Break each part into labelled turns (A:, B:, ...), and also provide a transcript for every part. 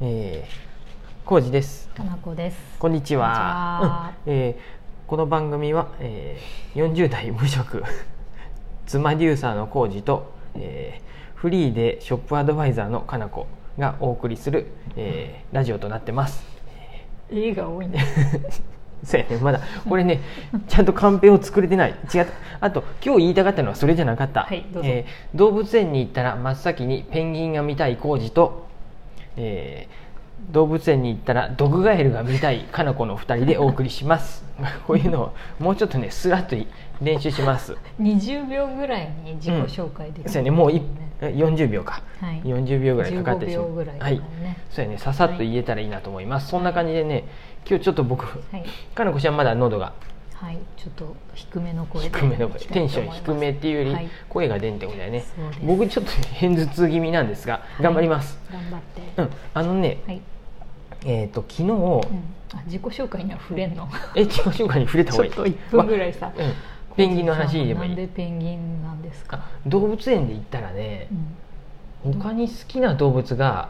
A: えー、康二です。
B: かなこです。
A: こんにちは。えーこの番組は、えー、40代無 職妻デューサーの康二と、えーフリーでショップアドバイザーのかなこがお送りする、えーラジオとなってます。
B: 家が多いね。
A: そうやねまだこれねちゃんとカンペを作れてない違ったあと今日言いたかったのはそれじゃなかった、
B: はいどうぞ
A: えー動物園に行ったら真っ先にペンギンが見たいコウジと、えー動物園に行ったらドグガエルが見たいかなこの2人でお送りします こういうのをもうちょっとねスラッと練習します
B: 20秒ぐらいに自己紹介できる、
A: そうやねもうい40秒か
B: はい。
A: 40秒ぐらいかかって
B: 15
A: しま
B: 秒
A: う
B: ぐらいだ
A: は
B: から
A: い
B: ね。
A: そうやねささっと言えたらいいなと思います、そんな感じでね今日ちょっと僕
B: はい。
A: かなこちゃんまだ喉が
B: はい。ちょっと低めの声で。
A: 低めの声テンション低めっていうより
B: はい
A: 声が出んってことだよね、
B: そうです
A: 僕ちょっと偏頭痛気味なんですが
B: い
A: 頑張ります、
B: 頑張っ
A: う
B: て。
A: んあのね、
B: はい。
A: えっ、と昨日、
B: うん。あ自己紹介には触れんの。
A: え自己紹介に触れた方
B: ち
A: が
B: ょっ
A: いい
B: と1分ぐらいさ。
A: うん、ペンギンの話でも
B: なん
A: い
B: で
A: い
B: ペンギンなんですか。
A: あ動物園で行ったらね
B: うん
A: 他に好きな動物 が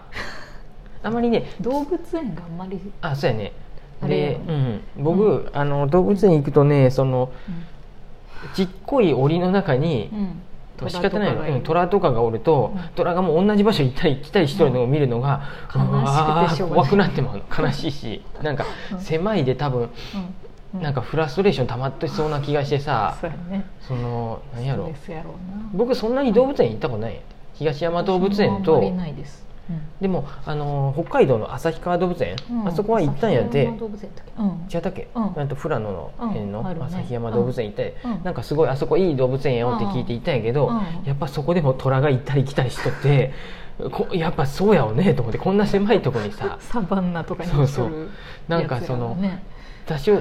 A: あまりね
B: 動物園があんまり。
A: あそうやね
B: あれ
A: で
B: よ、
A: うん、僕、あの動物園行くとねそのちっこい檻の中に、
B: うん。うん
A: まあ仕方ない
B: 虎とかが
A: の、
B: いる
A: うん、虎とかがおると、
B: うん
A: 虎がもう同じ場所行ったり来たりしてるのを見るのが、
B: うん
A: うわー
B: 悲しくてしょうがない
A: 怖くなって まうの悲しいしなんか
B: うん
A: 狭いで多分
B: うん。
A: なんかフラストレーション溜まってそうな気がしてさ
B: そうやね。
A: その何や
B: そう
A: ろ
B: ですやろうな。
A: 僕そんなに動物園行ったことないんやて東山動物園
B: 私もあんま
A: と
B: りないです。うん
A: でもあのー北海道の旭川動物園、
B: うん
A: あそこは行ったんや
B: 旭
A: て
B: 山動物園だっけうん
A: 違ったっけ、
B: うん
A: なんと富良野の辺
B: うんあ
A: の
B: るね
A: 旭山動物園行って、
B: うん
A: なんかすごいあそこいい動物園よって聞いていたんやけど、
B: うん
A: やっぱそこでも虎が行ったり来たりしとってこやっぱそうやよねと思ってこんな狭いとこにさ
B: サバンナとかに
A: そう
B: 来て
A: そう
B: る
A: なんかその
B: やつらね
A: 多少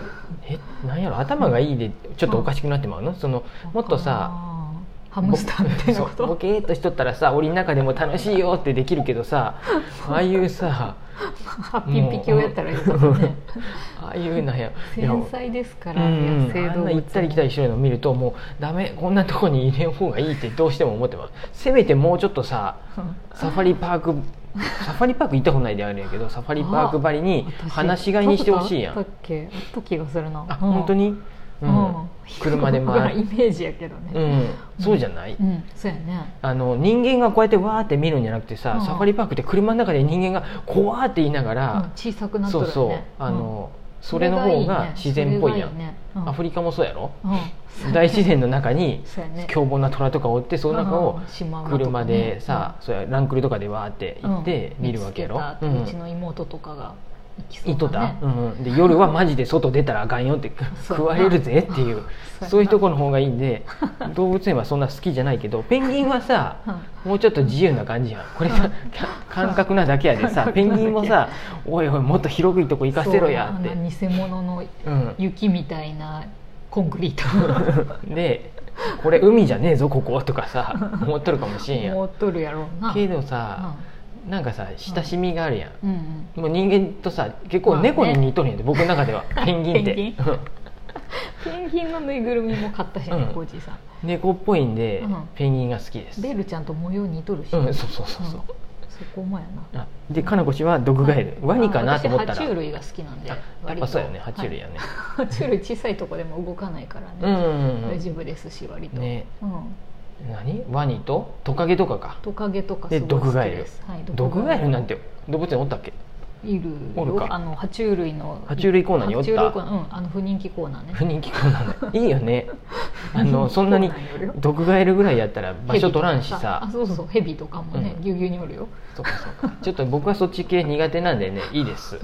A: えなんやろ頭がいいでちょっとおかしくなってまうのそのもっとさ
B: あーハムスターみたいなこ
A: そうボ
B: と
A: ケーっとしとったらさ檻の中でも楽しいよってできるけどさああいうさ
B: ハッピーピキをやったらよかったね
A: ああいうなんやいや
B: 繊細ですから
A: うん
B: 野
A: うん、
B: 生
A: あ
B: 動
A: んな
B: 物
A: 行ったり来たりしてるのを見るともうダメこんなとこに入れん方がいいってどうしても思ってますせめてもうちょっとさ
B: うん
A: サファリパーク サファリパーク行ったことないであるんやけどサファリパークばりに
B: 私
A: 話し飼いにしてほしいや
B: あっ
A: ん
B: たっけあった気がするな
A: あ
B: うん
A: 本当にう
B: うん
A: ん車 で回る
B: イメージやけど
A: う
B: ね
A: んそうじゃない
B: うんそうやね
A: あの人間がこうやってわーって見るんじゃなくてさ
B: うん
A: サファリパークって車の中で人間が怖ーって言いなが
B: うん
A: ら
B: 小さくなっと
A: そう
B: るよね
A: そうあのそれの方が自然っぽいやんア
B: ア
A: フ
B: リ
A: リカもそうやろ
B: カ
A: 大自然の中に
B: そうやね
A: 凶暴な虎とかおってその中を
B: うんシマウマとかね
A: 車でさ、そうやランクルとかでわーって
B: うん
A: 行って見るわけやろ、う
B: 見つけた
A: ん
B: うちの妹とかが行きそう
A: 行っとっ
B: な
A: た
B: ね、
A: うんうん、で夜はマジで外出たらあかんよって
B: そう
A: 食われるぜっていう
B: そう
A: そういうとこの方がいいん で動物園はそんな好きじゃないけどペンギンはさもうちょっと自由な感じやんこれさ感覚なだけやでさ
B: 感
A: ペ
B: 覚
A: ン
B: なだけ
A: ギンもさおいおいもっと広いとこ行かせろやっ
B: そう
A: て
B: あの偽物の
A: うん
B: 雪みたいなコンクリ ー
A: でこれ海じゃねえぞこことかさ思っとるかもしれん
B: ト
A: や
B: 持
A: ん
B: っとるやろうな
A: けどさ、なんかさ親しみがあるやん、
B: うんうん
A: もう人間とさ結構猫に似とるんやで、僕の中で はペンギンって
B: ペンギペンギンのぬいぐるみも買ったし
A: う
B: ね
A: ん
B: コージーさん
A: うん猫っぽいんで、
B: うん
A: ペンギンが好きです
B: ベルちゃんと模様似とるし
A: うんそうそうそうそう、
B: そこもやな
A: あでかなこ氏は毒ガエル、ワニかなと思ったら
B: 私爬虫類が好きなんで
A: あやっ
B: 割
A: ぱ
B: と
A: そうやね爬虫類
B: はい
A: やね、
B: 爬虫類小さいとこでも動かないから
A: うん
B: ね
A: うん うん
B: 大丈夫ですし割と
A: ね
B: うん
A: 何ワニとトカゲとかか
B: トカゲとか
A: です
B: ごい好き
A: 毒ガエル
B: です。はい、
A: 毒ガエルなんて動物園おったっけ
B: いるよ
A: おるか
B: あの爬虫類の
A: 爬虫類コーナーにおった
B: 爬虫類コーナーうんあの不人気コーナーね。
A: 不人気コーナーだいいよねあ のそんなに
B: コーナーによるよ
A: 毒ガエルぐらいやったら場所取らんし
B: ヘビとか
A: さ
B: あそうそうヘビとかもね
A: うん
B: ぎゅうぎゅうにおるよ。
A: そうかそうかちょっと僕はそっち系苦手なんでねいいです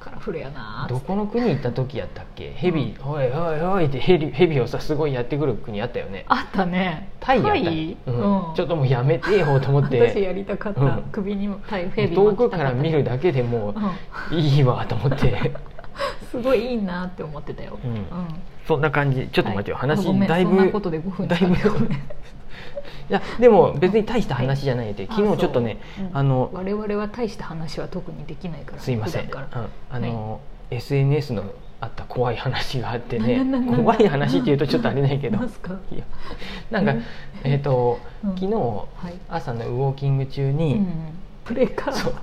B: カラフルやなー
A: ど
B: っつって。
A: この国行った時やったっけヘビ、おいおいおいってヘビヘビをさすごいやってくる国あったよね
B: あったね。
A: タイやったようんちょっともうやめてよと思っ
B: 私
A: て
B: やりたかった、
A: うん
B: 首にもタイヘビ
A: 遠
B: 巻き
A: く
B: た
A: から
B: った
A: 見るだけでも
B: うん
A: ういいわと思って
B: すごいいいなって思ってたよ、
A: うん
B: うん
A: そんな感じちょっと待ってよ、
B: はいご
A: 話
B: めん
A: だい
B: そん
A: ぶ
B: なことで5分
A: だいぶ
B: 使ってごめん
A: いやでも別に大した話じゃないって、
B: はい
A: 昨日ちょっとね
B: あそううん
A: あの
B: 我々は大した話は特にできないから
A: すいません、うん
B: 普段から
A: あの、SNS のあった怖い話があってね
B: なななな
A: 怖い話っていうとちょっとあれないけど
B: ますか
A: いやなんか、
B: うん
A: えっ、と
B: うん
A: 昨日
B: はい、
A: 朝のウォーキング中に、
B: うん、プレカ
A: そう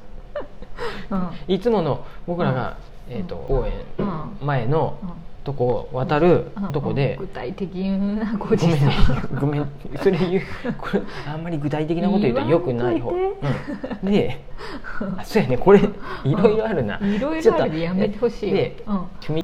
B: うん
A: いつもの僕らが、
B: うん
A: えー、と公演
B: うん
A: 前の
B: う
A: とこを渡る
B: んうん
A: とこで、
B: 具体的なご
A: ご
B: 時
A: めん
B: 世
A: ねごめん それ言うこれあんまり具体的なこと言うとよくない方、
B: 言わん
A: うんであそうやねこれいろいろあるな、
B: いろい
A: ちょっ
B: ろ
A: と
B: あるでやめてほしい
A: で
B: うん
A: 君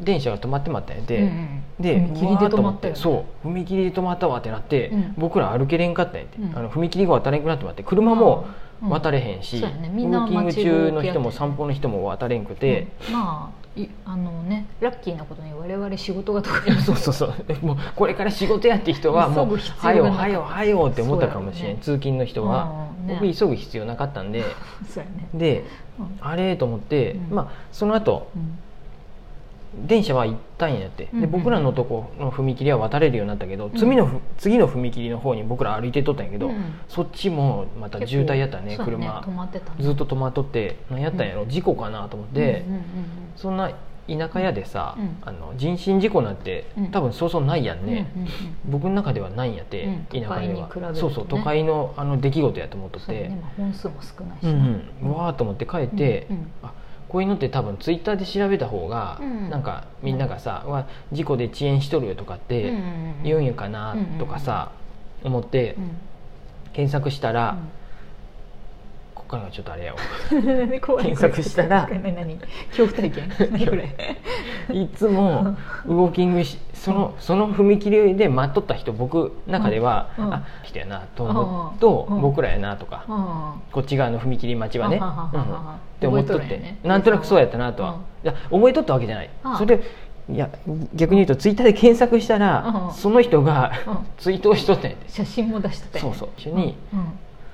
A: 電車が止まってまったんや
B: う
A: で、
B: んうん
A: で
B: 踏切で止まったよね
A: うわーと思そう踏切で止まったわってなって、
B: うん
A: 僕ら歩けれんかったんやて、
B: うん
A: あの踏切が渡れんくなってまって車も
B: うん
A: 渡れへんし、
B: そうやねみん
A: ウ
B: な
A: ォーキング中の人も
B: 待ちぼうけやって
A: 散歩の人も渡れんくて、
B: うんまあいあのねラッキーなことに我々仕事が得意
A: そうそうそうもうこれから仕事やって人はもう
B: 急ぐ
A: 「
B: 必
A: は
B: 要が
A: よ
B: なかった
A: はよはよ」って思ったかもしれん、
B: そうやろうね
A: 通勤の人は、
B: うんね
A: 僕急ぐ必要なかった んで
B: そうやね
A: で
B: うん
A: あれと思って、
B: うん
A: まあその後
B: うん
A: 電車は行ったんやって、
B: うんう
A: で
B: ん
A: 僕らのとこの踏切は渡れるようになったけど、
B: ん
A: 次のふ次の踏切の方に僕ら歩いてとったんやけど、
B: うん
A: そっちもまた渋滞やったね
B: 結構そう
A: 車
B: 止まってたね
A: ずっと止まっとって何やったんやろ、事故かなと思って、
B: うんうん
A: そんな田舎屋でさ、
B: うん
A: あの人身事故なんて
B: うん
A: 多分そうそうないやん
B: うんうん
A: ね、
B: うんうんうん
A: 僕の中ではないんやって、
B: うん
A: 田舎では
B: 都会に比べるとね
A: そうそう都会のあの出来事やと思っとっ
B: そうや
A: て
B: ねまあ本数も少ないし
A: う
B: なん
A: うんうわーと思って帰って、
B: うんうん
A: あこういうのって多分ツイッターで調べた方が、
B: うん
A: なんかみんながさ「うわ事故で遅延しとるよ」とかっ
B: うんう
A: て
B: んうん
A: 言うんやかなとかさ、思って
B: う
A: 検索したら、
B: ん
A: ここからがちょっとあれやわ
B: うん 怖い
A: 検索したら
B: 何何恐怖 体験何これ
A: いつもウォーキングしそのその踏切で待っとった人僕の中では、
B: うんうん
A: あ人やなと思
B: う
A: うんと、
B: うん
A: 僕らやなとか、
B: うん
A: こっち側の踏切待ちはね、
B: あはははは
A: うんって思っとっ
B: 覚え
A: て
B: とるんやね
A: なんとなくそうやったなとは、
B: うん
A: いや思いとったわけじゃない、
B: ああ
A: それでいや逆に言うとツイッターで検索したら、
B: うん
A: その人 が、
B: うん
A: ツイートをしとったんやて、
B: 写真も出してた
A: そう
B: よね
A: そう一緒に、
B: うん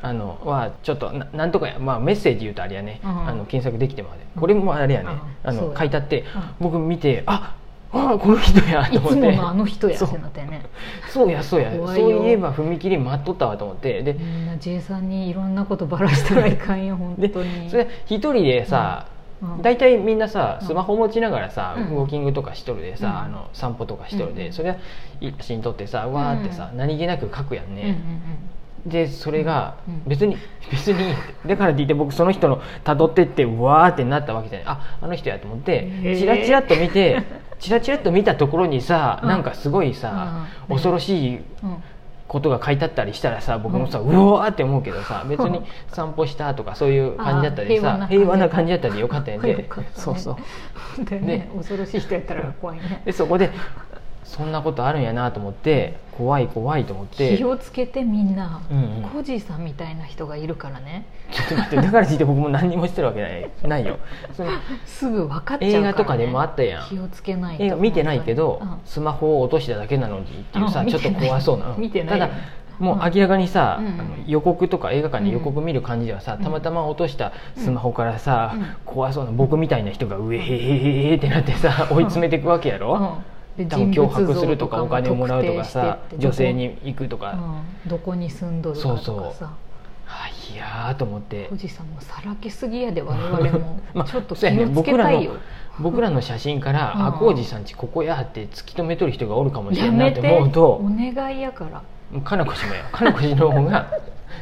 A: あのはちょっとななんとかや、まあ、メッセージ言うとあれやね、
B: うん
A: あの検索できてもあれこれもあれやね、
B: うん
A: あ
B: そう
A: の
B: や
A: 書いてあって、僕見てあ あこの人や
B: い
A: と
B: つ
A: 思
B: も
A: って
B: のあの人やっ
A: そう
B: てなったよね
A: そうやそうや
B: 怖いよ
A: そういえば踏切待っとったわと思ってで
B: みんな J さんにいろんなことばらしたらいかんよ本
A: で
B: 当に
A: それ一人でさ、
B: うん
A: 大体みんなさ
B: うん
A: スマホ持ちながらさ、
B: うん
A: ウォーキングとかしとるでさ、
B: うん
A: あの散歩とかしとるで、
B: うん
A: それはいい写真撮ってさわーってさ、何気なく書くやん
B: うんうん
A: ね、でそれが
B: うん
A: 別に、別にだからって言って僕その人の辿ってってわーってなったわけじゃないああの人やと思って
B: へー
A: チラチラっと見 てチラチラっと見たところにさ、
B: うん
A: なんかすごいさ、
B: うん
A: 恐ろしい
B: うんうん
A: ことが書いてあったりしたらさ僕もさ、う
B: う
A: わーって思うけどさ別に散歩したとかそういう感じだったり
B: あ
A: さ
B: ー
A: 平
B: 平
A: 和
B: 和
A: な
B: な
A: 感
B: 感
A: じ
B: じ
A: だったりよかったんやで、
B: よかったね
A: そうそう
B: 本当
A: ね
B: にね恐ろしい人やったら怖いね
A: でそこでそんなことあるんやなと思って怖い怖いと思って
B: 気をつけてみんな
A: うんうん
B: コージーさんみたいな人がいるからね
A: ちょっと待ってだからといって僕も何にもしてるわけないないよその
B: すぐ分かっちゃうから
A: 映
B: ね
A: 画とかでもあったや
B: 気
A: ん
B: をつけないと
A: 映画見てないけど、
B: うん
A: スマホを落としただけなのにっていうさ、
B: うん
A: ちょっと怖そうな
B: 見てない
A: ただもう明らかにさ、
B: うん
A: あの予告とか映画館で予告見る感じではさ、
B: うん
A: たまたま落としたスマホからさ、
B: うん
A: 怖そうな僕みたいな人がうえへへへへってなってさ、追い詰めていくわけやろ、
B: うんで
A: 多分
B: 人
A: 脅
B: 物像
A: 迫するとかお金をもらうとかさ
B: 特定してって
A: 女性に行くとか、
B: どこ,、うんどこに住んどるかとかさ
A: そうそうあいやーと思って、
B: コージーさんもさらけすぎやで我々も
A: まあ
B: ちょっと気
A: そうやね
B: をつけたいよ、
A: 僕らの写真から「
B: うん
A: あこうじさんちここや」って突き止めとる人がおるかもしれ
B: や
A: んな
B: め
A: って
B: て
A: 思うと
B: お願いやから
A: かなこ氏もやかなこ氏の方が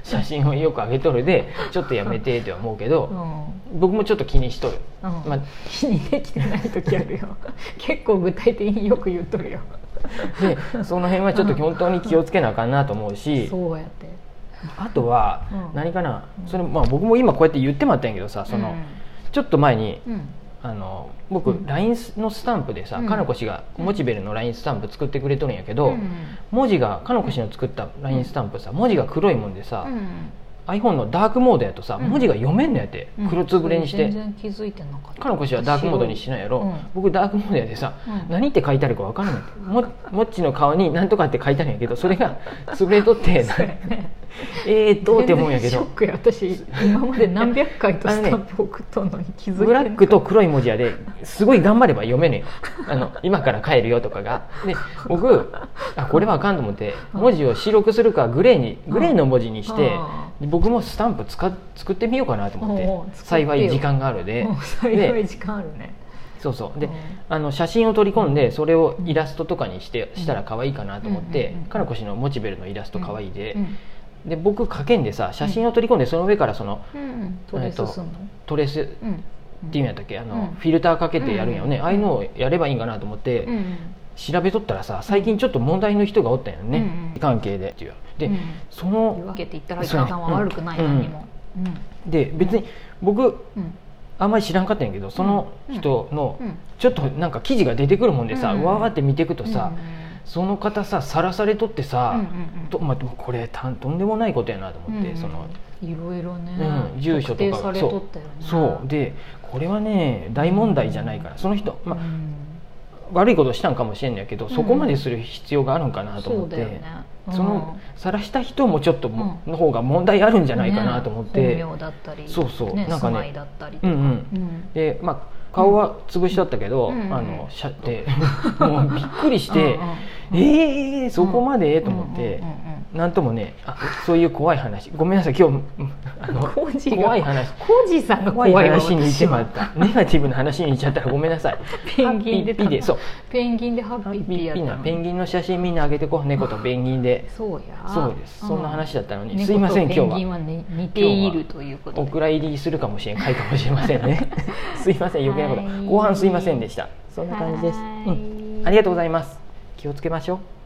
A: 写真をよく上げとるでちょっとやめてっては思うけ
B: う
A: ど、
B: ん、うん
A: 僕もちょっと気にしとる、まあ
B: 気にできてない時ある よ結構具体的によく言っとるよ
A: でその辺はちょっと本当に気をつけなあかんなと思うし、
B: そうやって
A: あとは
B: うん
A: 何かな、
B: うん
A: それまあ僕も今こうやって言ってもらったんやけどさその、ちょっと前に
B: うんうん
A: あの僕、
B: うん
A: LINE のスタンプでさ、
B: うん
A: かなこ氏がモチベルの LINE スタンプ作ってくれとるんやけど、
B: うん
A: 文字がかのこ氏の作った LINE スタンプさ文字が黒いもんでさ、
B: うん
A: iPhone のダークモードやとさ
B: うん
A: 文字が読めんのやって、
B: うん
A: 黒つぶれにして、
B: 全然気づいてなかった
A: かのこ氏はダークモードにしないやろ、
B: うん
A: 僕ダークモードやでさ、
B: うん
A: 何って書いてあるか分からないももっちの顔に何とかって書いてあるんやけどそれが潰れとって
B: そうやね
A: えーっとって思うんやけ
B: 全然シ
A: ど
B: ョックや私今まで何百回と
A: あのね
B: スタンプ送ったのに気づいて
A: ブラックと黒い文字やですごい頑張れば読めねえあの今から帰るよとかがで僕あこれはあかんと思って文字を白くするかグレーにグレーの文字にしてで僕もスタンプ使っ作ってみようかなと思
B: おうおう
A: って
B: 作ってよ
A: 幸い時間がある
B: で
A: で
B: 幸い時間あるね
A: そうそうで
B: うん
A: あの写真を取り込んでそれをイラストとかにしてしたら可愛いかなと思っ
B: う
A: て
B: んうんうん
A: かのこ氏のモチベルのイラスト可愛いで
B: うん
A: で僕書けんでさ写真を取り込んでその上からその
B: うん、トレースすんの、
A: トレースっ
B: うん、って
A: いうんやったっけあの、
B: うん
A: フィルターかけてやるんやよね、
B: うん
A: ああいうのをやればいいんかなと思って、
B: うん
A: 調べとったらさ最近ちょっと問題の人がおったんやね、
B: うんうん
A: 関係でっていうで、
B: うん、
A: そ
B: という
A: の
B: わけで言ったら伊沢さんは悪くない
A: そうやね
B: 何にも、うん
A: で別に僕
B: うん
A: あんまり知らんかったんやけどその人の
B: うん、
A: ちょっとなんか記事が出てくるもんでさ、
B: うん
A: わーって見ていくとさ、
B: う
A: その方ささらされとって
B: んうん
A: さ、
B: うん
A: とまあ、これたとんでもないことやなと思って、
B: うん
A: その
B: いろいろね、
A: うん住所とか
B: 特定されとったよね
A: そうでこれはね大問題じゃないからその人、
B: うん
A: まあ、悪いことしたんかもしれんやけど
B: ん
A: そこまでする必要があるんかなと
B: そ
A: 思っ
B: う
A: て、
B: だよねうん
A: その晒した人もちょっとも、
B: う
A: の方が問題あるんじゃないかなと思って、
B: ね本名だったり
A: そうそう
B: ね
A: なんかね
B: 住まいだったりと
A: う
B: か
A: んうん
B: うん
A: でまあ顔は潰しだったけど、
B: うんうん
A: あのしゃでもうびっくりして
B: うんうん
A: 「ええー、そこまで?」と思って、
B: うんうんうんうん
A: なんともねあそういう怖い話ごめんなさい今日うんあの
B: コージが
A: 怖い話
B: コージーさんが
A: 怖
B: 怖
A: い
B: いわ
A: 話にいって
B: 私
A: ま
B: は
A: ったネガティブな話にいっちゃったらごめんなさい
B: ペンギンで
A: ハッピーでそう
B: ペンギンでハッ
A: ハ
B: ピ
A: ッ
B: ー
A: ピ
B: ピーや
A: ー
B: っ
A: な
B: たの
A: ペンギンの写真みんなあげてこう猫 とペンギンで
B: そうや
A: そうですそんな話だったのに
B: うん
A: すいません今日は
B: 猫とペンギンはね似ているということ
A: お
B: で
A: 蔵入りするかもしれん回かもしれませんね すいません余計なこと
B: はい
A: 後半すいませんでしたそんな感じです、
B: は
A: う
B: ーい
A: ん、ありがとうございます気をつけましょう